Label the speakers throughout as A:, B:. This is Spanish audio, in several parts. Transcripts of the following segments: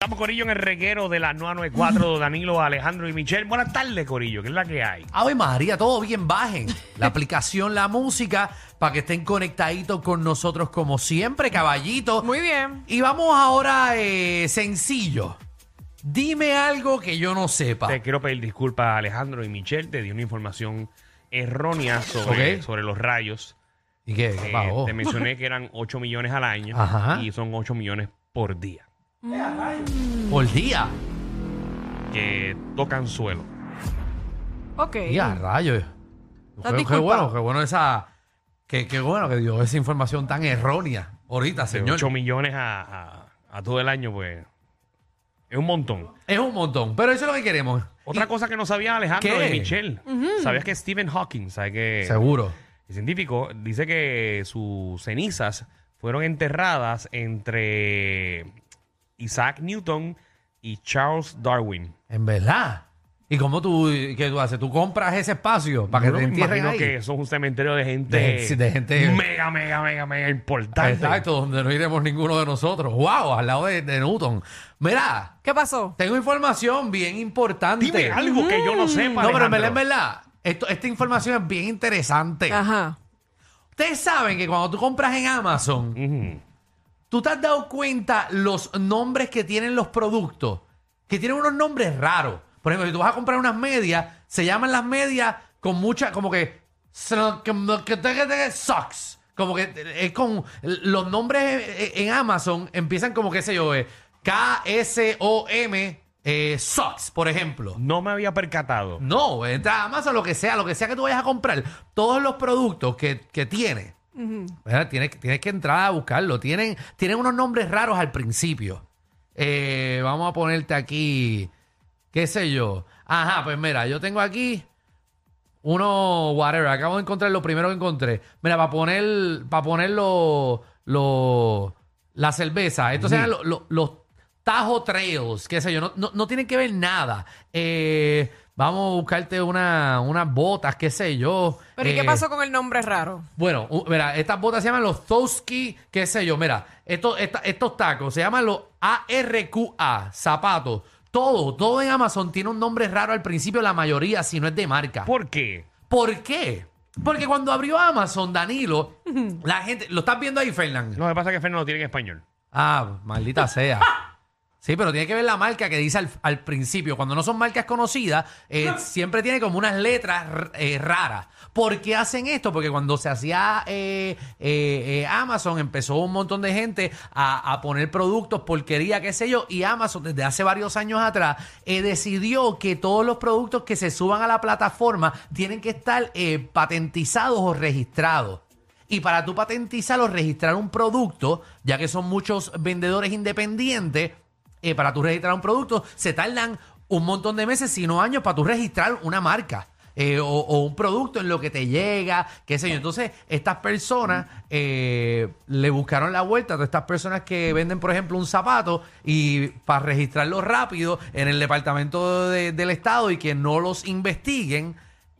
A: Estamos, Corillo, en el reguero de la 994, Danilo, Alejandro y Michelle. Buenas tardes, Corillo, que es la que hay.
B: Ave María, todo bien, bajen la aplicación, la música, para que estén conectaditos con nosotros como siempre, caballito.
C: Muy bien.
B: Y vamos ahora eh, sencillo. Dime algo que yo no sepa.
A: Te quiero pedir disculpas a Alejandro y Michelle. Te di una información errónea sobre,
B: Ok.
A: sobre los rayos.
B: ¿Y qué? ¿Qué
A: Eh,
B: pasó?
A: te mencioné que eran 8 millones al año
B: Ajá.
A: y son 8 millones por día
B: Por día.
A: que tocan suelo.
C: Ok.
B: Ya, rayos. Qué, qué
C: disculpado.
B: bueno, qué bueno esa. Qué, qué bueno que dio esa información tan errónea. Ahorita,
A: De
B: señor.
A: 8 millones a, a- a todo el año, pues es un montón.
B: Es un montón, pero eso es lo que queremos.
A: Otra cosa que no sabía Alejandro
B: ¿Qué?
A: y Michelle. ¿Sabías que Stephen Hawking, sabe que
B: Seguro.
A: el científico, dice que sus cenizas fueron enterradas entre Isaac Newton y Charles Darwin?
B: En verdad. ¿Y cómo tú, qué tú haces? ¿Tú compras ese espacio para que
A: Yo
B: te
A: me
B: entierren
A: imagino
B: ahí?
A: que eso es un cementerio de gente,
B: De- sí, de gente-
A: mega, mega, mega, mega importante.
B: Exacto, donde no iremos ninguno de nosotros. ¡Wow! Al lado de, de Newton. Mira,
C: ¿Qué pasó?
B: tengo información bien importante.
A: Dime algo que yo no sepa.
B: Mm. No, pero en
A: Alejandro.
B: verdad, en verdad, esto- esta información es bien interesante.
C: Ajá.
B: Ustedes saben que cuando tú compras en Amazon,
A: Ujú.
B: ¿Tú te has dado cuenta los nombres que tienen los productos? Que tienen unos nombres raros. Por ejemplo, si tú vas a comprar unas medias, se llaman las medias con mucha, como que socks. Como que es con los nombres en en Amazon empiezan como qué sé yo, eh, K S O M eh, socks, por ejemplo.
A: No me había percatado.
B: No, entra a Amazon, lo que sea, lo que sea que tú vayas a comprar, todos los productos que, que tiene, ¿verdad? tienes, que- tienes que entrar a buscarlo. Tienen, tienen unos nombres raros al principio. Eh, vamos a ponerte aquí, qué sé yo. Ajá, pues mira, yo tengo aquí uno, whatever, acabo de encontrar lo primero que encontré. Mira, para poner, para poner lo, lo- la cerveza. Estos eran lo- lo- los Tajo Trails, qué sé yo. No, no- no tienen que ver nada. Eh, vamos a buscarte una, unas botas, qué sé yo.
C: ¿Pero y
B: Eh,
C: qué pasó con el nombre raro?
B: Bueno, u- mira, estas botas se llaman los Toski, qué sé yo. Mira, estos, esta- estos tacos se llaman los ARQA, zapatos. Todo, todo en Amazon tiene un nombre raro al principio, la mayoría, si no es de marca.
A: ¿Por qué?
B: ¿Por qué? Porque cuando abrió Amazon, Danilo, la gente. ¿Lo estás viendo ahí, Fernando?
A: No, me pasa que Fernando tiene en español.
B: Ah, maldita sea. Sí, pero tiene que ver la marca que dice al, al principio. Cuando no son marcas conocidas, eh, siempre tiene como unas letras r- eh, raras. ¿Por qué hacen esto? Porque cuando se hacía eh, eh, eh, Amazon, empezó un montón de gente a, a poner productos, porquería, qué sé yo. Y Amazon, desde hace varios años atrás, eh, decidió que todos los productos que se suban a la plataforma tienen que estar eh, patentizados o registrados. Y para tú patentizar o registrar un producto, ya que son muchos vendedores independientes, eh, para tú registrar un producto se tardan un montón de meses, si no años, para tú registrar una marca. eh, o, o un producto en lo que te llega, qué sé yo. Entonces, estas personas eh, le buscaron la vuelta a todas estas personas que venden, por ejemplo, un zapato y para registrarlo rápido en el departamento de- del Estado y que no los investiguen,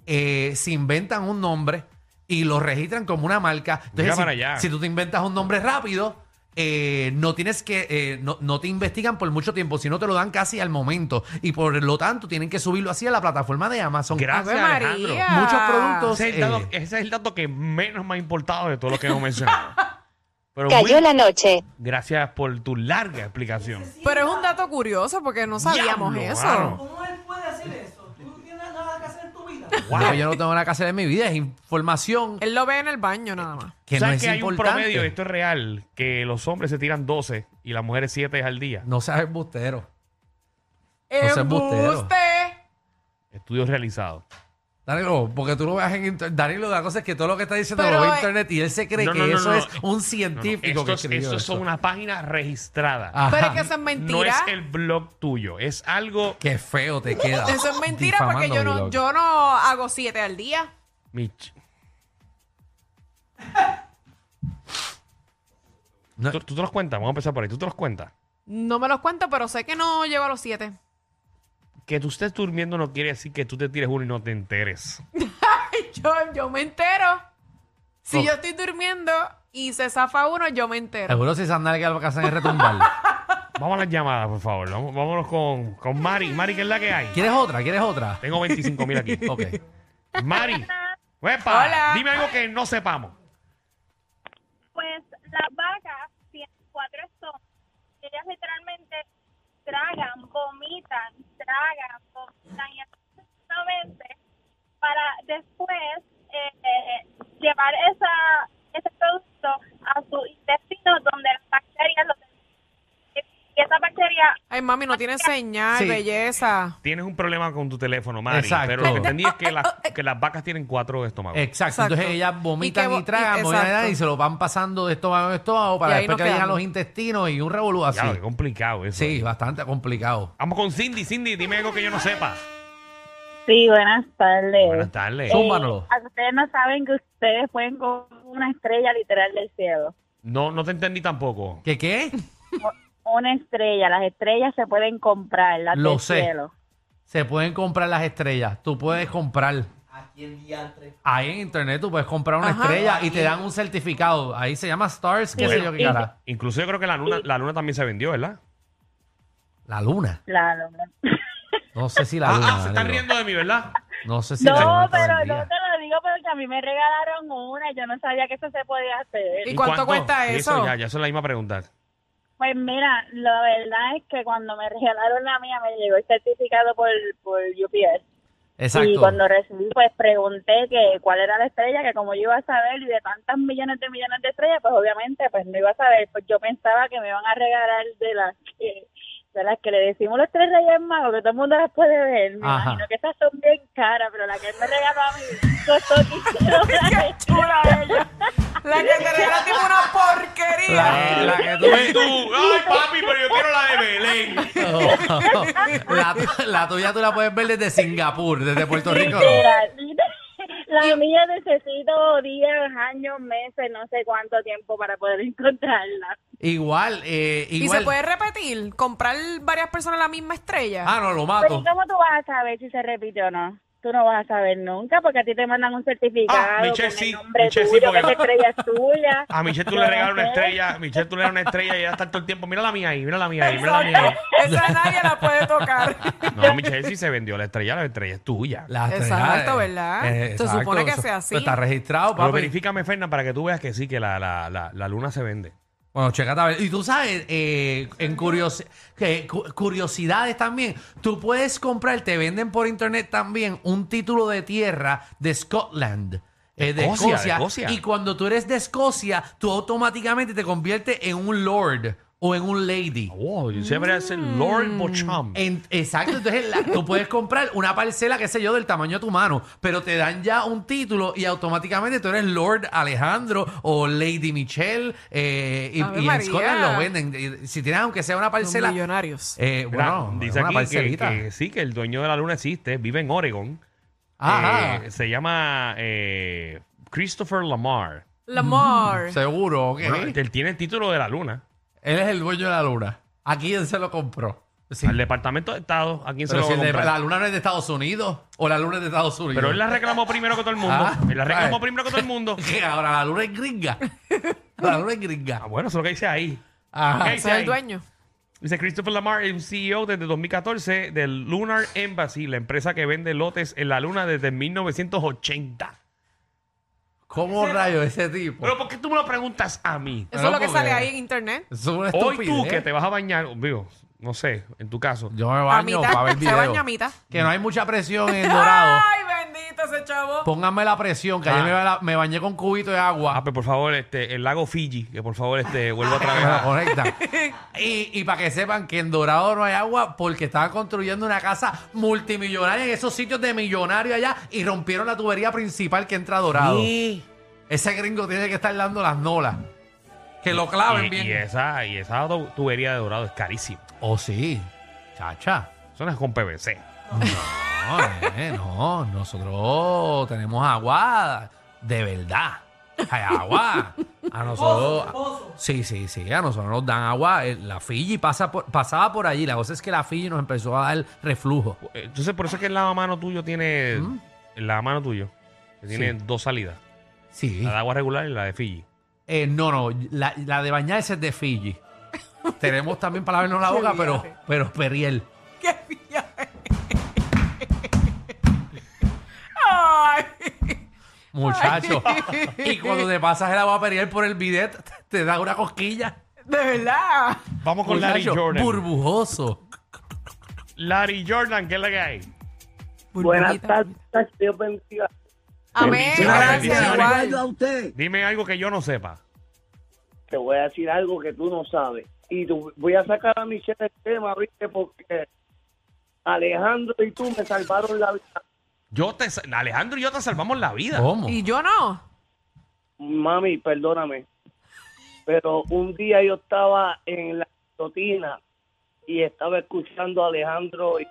B: eh, se inventan un nombre y lo registran como una marca. Entonces,
A: Mira
B: si,
A: para allá.
B: si tú te inventas un nombre rápido, eh, no tienes que, eh, no, no te investigan por mucho tiempo, sino te lo dan casi al momento. Y por lo tanto, tienen que subirlo así a la plataforma de Amazon.
A: Gracias,
C: Ave
A: Alejandro.
C: María.
B: Muchos productos.
A: Ese es, el dato,
B: eh,
A: ese es el dato que menos me ha importado de todo lo que hemos mencionado. Pero
D: Cayó
A: muy-
D: la noche.
A: gracias por tu larga explicación.
C: Pero es un dato curioso porque no sabíamos
A: Diablo,
C: eso.
A: mano.
E: ¿Cómo él puede hacer eso? Tú no tienes nada que hacer en tu vida.
B: no, Ah, yo no tengo nada que hacer en mi vida, es información
C: Él lo ve en el baño nada más.
B: que no
A: ¿Sabes
B: es
A: que hay
B: importante.
A: un promedio, esto es real, que los hombres se tiran 12 y las mujeres 7 al día?
B: No seas embustero. seas embustero.
C: Embuste.
A: Estudios realizados.
B: Danilo, porque tú lo veas en internet. Danilo, la cosa es que todo lo que está diciendo
C: Pero,
B: lo ve en
C: eh,
B: internet y él se cree
A: No,
B: que
A: no, no,
B: eso
A: no,
B: es
A: no.
B: un
A: No, no,
B: científico que
A: estos-
B: escribió
A: estos son
B: eso.
A: una página registrada.
B: Ajá.
C: Pero es que eso Ah. es
A: No es
C: mentira.
A: el blog tuyo, es algo...
B: Qué feo te queda.
C: Eso es mentira porque yo no, yo no hago siete al día.
A: Mich-
B: No.
A: ¿Tú, tú te los cuentas? Vamos a empezar por ahí. ¿Tú te los cuentas?
C: No me los cuento, pero sé que no llego a los siete.
A: Que tú estés durmiendo no quiere decir que tú te tires uno y no te enteres.
C: Yo, yo me entero. Si
B: No.
C: yo estoy durmiendo y se zafa uno, yo me entero.
B: Seguro si esas nalgas lo que hacen es retumbar.
A: Vamos a las llamadas, por favor. Vamos- Vámonos con, con Mari. Mari, ¿qué es la que hay?
B: ¿Quieres otra? ¿Quieres otra?
A: Tengo 25 mil aquí.
B: Ok.
A: Mari. ¡Uepa!
C: Hola.
A: Dime algo que no sepamos.
D: Pues las vacas tienen cuatro estomas. Ellas literalmente tragan, vomitan, tragan, vomitan y hacen justamente para después eh, eh, llevar esa, ese producto a su intestino donde las bacterias lo y esa bacteria
C: Ay, mami, no tiene señal,
B: Sí.
C: belleza.
A: Tienes un problema con tu teléfono, Mari.
B: Exacto.
A: Pero lo que entendí es que, las- que las vacas tienen cuatro estómagos.
B: Exacto.
C: Exacto.
B: Entonces ellas
C: Y
B: vomitan
C: que
B: y,
C: vo-
B: tragan,
C: y-
B: vomitan y
C: exacto.
B: tragan, y se lo van pasando de estómago a estómago para
C: ahí
B: después
C: nos
B: que vayan a
C: quedamos.
B: los intestininos y un revolú así.
A: Ya, qué complicado eso. eh.
B: Sí, bastante complicado.
A: Vamos con Cindy. Cindy, dime algo que yo no sepa.
D: Sí, buenas tardes.
C: Oh.
D: Eh,
A: Buenas tardes.
B: Zumba. Zúmbalo.
D: a- ustedes no saben que ustedes pueden con una estrella literal del cielo.
A: No, no te entendí tampoco.
B: ¿Qué qué?
D: Una estrella, las estrellas se pueden comprar, las
B: Lo
D: del
B: sé.
D: cielo.
B: Se pueden comprar las estrellas. Tú puedes comprar.
E: Aquí en diantre.
B: Ahí en internet tú puedes comprar una
C: Ajá.
B: estrella y te dan un certificado. Ahí se llama Stars, qué sé yo qué
D: Sí.
B: cara.
A: Incluso yo creo que la luna, la luna también se vendió, ¿verdad?
B: La luna.
D: La luna.
B: No sé si la
A: Ah,
B: luna.
A: ah, se están
B: Danilo.
A: riendo de mí, ¿verdad?
B: No sé si la luna.
D: No,
B: está
D: pero
B: vendida.
D: no te lo digo porque a mí me regalaron una. Yo no sabía que eso se podía hacer.
C: ¿Y cuánto cuesta eso?
A: Ya, ya, eso es la misma pregunta.
D: Pues mira, la verdad es que cuando me regalaron la mía me llegó el certificado por, por UPS. Y
B: Exacto.
D: cuando recibí, pues pregunté que cuál era la estrella, que como yo iba a saber, y de tantas millones de millones de estrellas, pues obviamente pues no iba a saber. Pues yo pensaba que me iban a regalar de las que, de las que le decimos los tres reyes magos, que todo el mundo las puede ver. Me
B: Ajá.
D: imagino que esas son bien caras, pero la que él me regaló a mí costó 15 dólares.
C: Chula ella. La que te regala tipo una porquería.
B: La, la que tú
A: Ven Ah, tú, ay papi, pero yo quiero la de Belén.
B: la, tu- la tuya tú la puedes ver desde Singapur, desde Puerto Rico. no.
D: Mira, la mía necesito días, años, meses, no sé cuánto tiempo para poder encontrarla.
B: Igual, eh,
C: ¿Y
B: igual.
C: se puede repetir? ¿Comprar varias personas la misma estrella?
B: Ah, no, lo
D: Pero
B: mato.
D: ¿y cómo tú vas a saber si se repite o no? Tú no vas a saber nunca porque a ti te mandan un certificado
A: Ah, Michelle
D: con
A: sí,
D: el nombre
A: Michelle sí,
D: tuyo,
A: porque-
D: que esa estrella es tuya.
A: A Michelle tú
D: Yo
A: le
D: no
A: regalas una
D: sé.
A: estrella, Michelle tú le das una estrella y ella está todo el tiempo, mira la mía ahí, mira la mía ahí, mira la mía ahí.
C: Exacto. Esa nadie la puede tocar.
A: No, Michelle sí se vendió la estrella, la estrella es tuya.
B: La estrella,
C: Exacto,
B: eh,
C: ¿verdad? Se
B: exacto,
C: supone que
B: eso-
C: sea
B: eso
C: así.
B: Está registrado,
A: Pero
B: papi.
A: verifícame, Ferna, para que tú veas que sí, que la, la, la, la luna se vende.
B: Bueno, checate a ver. Y tú sabes, eh, en curiosi- que cu- curiosidades también, tú puedes comprar, te venden por internet también un título de tierra de Scotland. eh,
A: Escocia,
B: de Escocia,
A: de Escocia.
B: Y cuando tú eres de Escocia, tú automáticamente te conviertes en un lord o en un lady.
A: Wow, yo siempre hace
B: Mm.
A: Lord Bocham.
B: En- exacto, entonces la- tú puedes comprar una parcela, qué sé yo, del tamaño de tu mano, pero te dan ya un título y automáticamente tú eres Lord Alejandro o Lady Michelle eh, y,
C: Ave
B: y en
C: María.
B: Scotland lo venden. Y Si tienes aunque sea una
C: Son
B: parcela,
C: millonarios.
B: eh,
A: Mira,
B: bueno,
A: dice
B: una
A: aquí que,
B: parcelita.
A: que sí, que el dueño de la luna existe, vive en Oregon.
B: Ajá,
A: Eh, se llama eh, Christopher Lamar.
C: Lamar.
B: Mm. seguro, ok.
A: eh, Bueno, este- él tiene el título de la luna.
B: Él es el dueño de la luna. Aquí él se lo compró. Sí.
A: Al Departamento de Estado, ¿a quién se
B: Pero
A: lo
B: si
A: va a
B: el de-
A: comprar?
B: la luna no es de Estados Unidos o la luna es de Estados Unidos.
A: Pero él la reclamó primero que todo el mundo.
B: Ah,
A: él la reclamó
B: right.
A: primero que todo el mundo.
B: Que Ahora la luna es gringa. La luna es
A: Ah,
B: gringa.
A: bueno, eso es lo que dice ahí.
B: Ajá.
A: ¿Qué
C: Ese
A: dice
C: es
A: ahí?
C: el dueño.
A: Dice Christopher Lamar, es un CEO desde 2014 del Lunar Embassy, la empresa que vende lotes en la luna desde 1980.
B: ¿Cómo rayo ese tipo?
A: Pero ¿por qué tú me lo preguntas a mí?
C: Eso
B: No
C: es lo que
B: puedo
C: sale
B: creer.
C: ahí en internet.
B: Eso es una
A: Hoy tú
B: estupidez.
A: que te vas a bañar, digo, no sé, en tu caso.
B: Yo me
C: A
B: baño
C: mitad.
B: para ver
C: Se baña a
B: video.
C: mitad.
B: Que no hay mucha presión en dorado.
C: Ay, bendito ese chavo.
B: Pónganme la presión, que ayer
A: Ah.
B: me, ba- me bañé con cubito de
A: Ah,
B: agua.
A: pero por favor, este, el lago Fiji, que por favor este, vuelva otra
B: Que
A: vez.
B: me la
A: a-
B: conectan. Ah. Y, y para que sepan que en Dorado no hay agua porque estaban construyendo una casa multimillonaria en esos sitios de millonario allá y rompieron la tubería principal que entra a Dorado.
A: Sí.
B: Ese gringo tiene que estar dando las nolas. Que lo claven
A: Y,
B: bien.
A: y esa, y esa tu- tubería de dorado es carísima.
B: Oh, sí. Chacha.
A: Eso no es con PVC.
B: No, eh, no, nosotros tenemos agua de verdad. Hay agua. A
E: Pozo,
B: nosotros.
E: pozo.
B: Sí, sí, sí, a nosotros nos dan agua. Eh, La Fiji pasa por- pasaba por allí. La cosa es que la Fiji nos empezó a dar reflujo.
A: Entonces, por eso es que el lavamano tuyo tiene. El lavamano tuyo. Que tiene dos salidas:
B: Sí.
A: la de agua regular y la de Fiji.
B: Eh, no, no, la, la de bañarse es de Fiji. Tenemos también para lavarnos la
C: Qué
B: boca, pero,
C: viaje.
B: pero Periel.
C: ¡Qué viaje! ¡Ay!
B: Muchacho. Y cuando te pasas el agua Periel por el bidet, te- te da una cosquilla.
C: De verdad.
A: Vamos con Larry
B: Muchacho,
A: Jordan.
B: Burbujoso.
A: Larry Jordan, ¿qué es la que hay?
F: Buenas
C: Burbujita.
F: tardes, Dios bendiga.
C: Amén.
A: Bendiciones,
C: Gracias,
A: bendiciones.
C: igual.
A: Dime algo que yo no sepa.
F: Te voy a decir algo que tú no sabes. Y tú- voy a sacar a Michelle del tema, ¿viste? Porque Alejandro y tú me salvaron la vida.
A: Yo te, sa- Alejandro y yo te salvamos la vida.
B: ¿Cómo?
C: Y yo no.
F: Mami, perdóname. Pero un día yo estaba en la rutina y estaba escuchando a Alejandro y,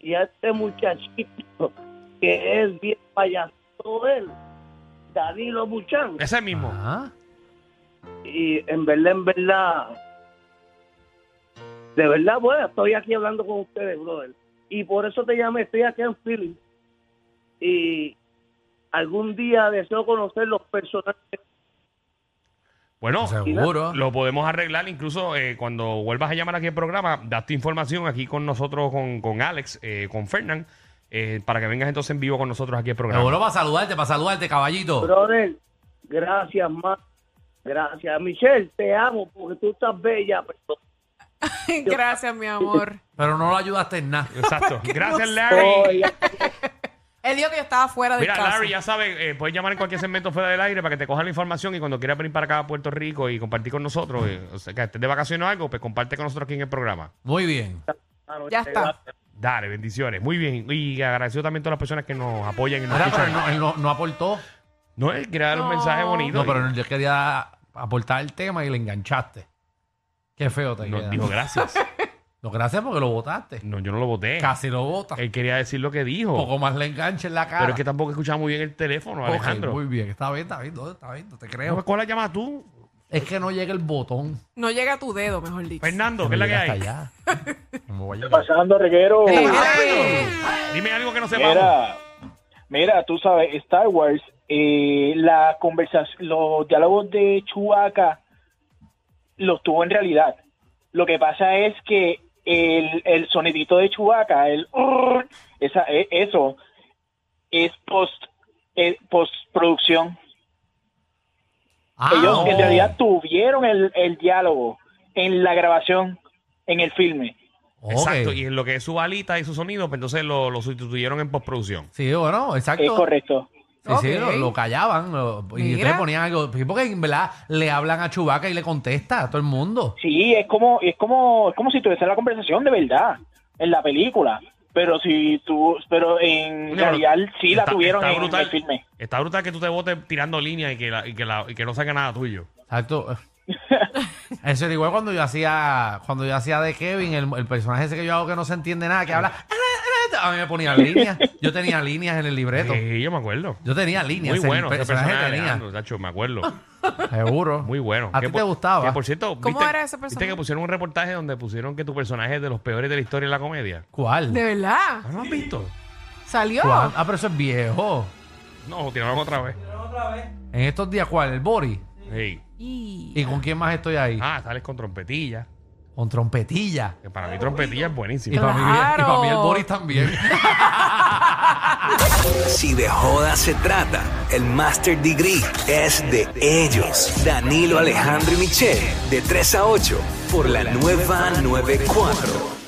F: y a este muchachito que es bien payaso él, Danilo Buchan.
A: Ese mismo.
B: Ah,
F: y en verdad, en verdad, de verdad, bueno, estoy aquí hablando con ustedes, brother. Y por eso te llamé, estoy aquí en Philly. Y algún día deseo conocer los personajes.
A: Bueno,
B: seguro.
A: lo podemos arreglar incluso eh, cuando vuelvas a llamar aquí al programa. Das tu información aquí con nosotros, con, con Alex, eh, con Fernán, eh, para que vengas entonces en vivo con nosotros aquí al programa.
B: Seguro para saludarte, para saludarte, caballito.
F: Brother, gracias, más. Gracias. Michelle, te amo porque tú estás bella. pero-
C: Gracias, mi amor.
B: Pero no lo ayudaste en nada.
A: Exacto. Gracias,
F: Oh,
A: Larry.
F: ya-
C: Él dijo que yo estaba fuera de
A: Mira,
C: casa.
A: Larry, ya sabes, eh, puedes llamar en cualquier segmento fuera del aire para que te cojan la información y cuando quieras venir para acá a Puerto Rico y compartir con nosotros, eh, o sea, que estés de vacaciones o algo, pues comparte con nosotros aquí en el programa.
B: Muy bien.
F: Claro,
C: Ya está.
A: Dale, bendiciones. Muy bien. Y agradecido también a todas las personas que nos apoyan y nos
B: Mira, pero
A: escuchan.
B: él no, él no- no aportó.
A: No, él quería dar un
C: No.
A: mensaje bonito.
B: No, pero yo quería aportar el tema y le enganchaste. Qué feo te
A: No,
B: queda.
A: dijo gracias.
B: No, gracias porque lo votaste.
A: No, yo no lo voté.
B: Casi lo votas.
A: Él quería decir lo que dijo.
B: Un poco más le engancha en la cara.
A: pero es que tampoco escuchaba muy bien el teléfono,
B: Ok,
A: Alejandro.
B: muy bien, está bien, está bien, no, está bien, no te creo.
A: ¿Cuál la llamas tú?
B: Es que no llega el botón.
C: No llega a tu dedo, mejor dicho.
A: Fernando,
B: No
A: ¿qué es la que
B: llega hasta
A: hay?
B: allá. No me va a llegar.
G: Pasando reguero.
C: Eh,
A: Dime algo que no sepamos.
G: Mira, mira, tú sabes, Star Wars, eh, la conversación, los diálogos de Chewbacca los tuvo en realidad. Lo que pasa es que el, el sonidito de Chewbacca, el "Urr", esa, e- eso es post eh, postproducción.
B: Ah,
G: Ellos
B: no.
G: en realidad tuvieron el, el diálogo en la grabación, en el filme.
B: Ok.
A: Exacto. Y en lo que es su balita y su sonido, pues entonces lo, lo sustituyeron en postproducción.
B: Sí, bueno, exacto.
A: Eh,
G: Es correcto.
B: Sí, sí,
C: Ok.
B: lo, lo callaban. lo- y
C: Mira.
B: ustedes ponían algo. sí, Porque en verdad le hablan a Chubaca y le contesta a todo el mundo.
G: Sí, es como, es como, es como si tuviese la conversación de verdad en la película. Pero si tú, pero en
A: Oye,
G: realidad
A: pero
G: sí la
A: está-
G: tuvieron
A: está
G: en
A: brutal.
G: el filme.
A: Está brutal que tú te votes tirando líneas y que, la- y que, la- y que no salga nada tuyo.
B: Exacto. Eso era igual cuando yo hacía cuando yo hacía de Kevin, el, el personaje ese que yo hago que no se entiende nada, que habla. A mí me ponía líneas. Yo tenía líneas en el libreto.
A: Sí, yo me acuerdo.
B: Yo tenía líneas.
A: Muy
B: ese
A: bueno ese
B: personaje
A: personaje,
B: tenía.
A: Alejandro, Tacho, me acuerdo.
B: Seguro.
A: Muy bueno.
B: ¿A
A: Que
B: ti
A: por-
B: te gustaba?
A: que por cierto,
C: ¿Cómo
A: viste-
C: era ese
A: Viste que
C: personaje?
A: pusieron un reportaje donde pusieron que tu personaje es de los peores de la historia de la comedia. Ah,
B: ¿Cuál?
C: de verdad.
A: ¿No lo has visto?
C: Salió.
B: ¿Cuál? Ah, pero eso es viejo.
A: No, tiraron otra vez.
E: Pero otra vez.
B: En estos días, ¿cuál? El Bori.
A: Sí.
C: Y...
B: ¿Y con quién más estoy ahí?
A: Ah, sales con trompetilla.
B: Con trompetilla.
A: Que para mí trompetilla es
B: Y
A: buenísimo.
B: para, mí, y para mí el
C: Claro.
B: Bori también.
H: Si de joda se trata, el Master Degree es de ellos. Danilo Alejandro y Michelle, de 3 a 8, por la nueva 94.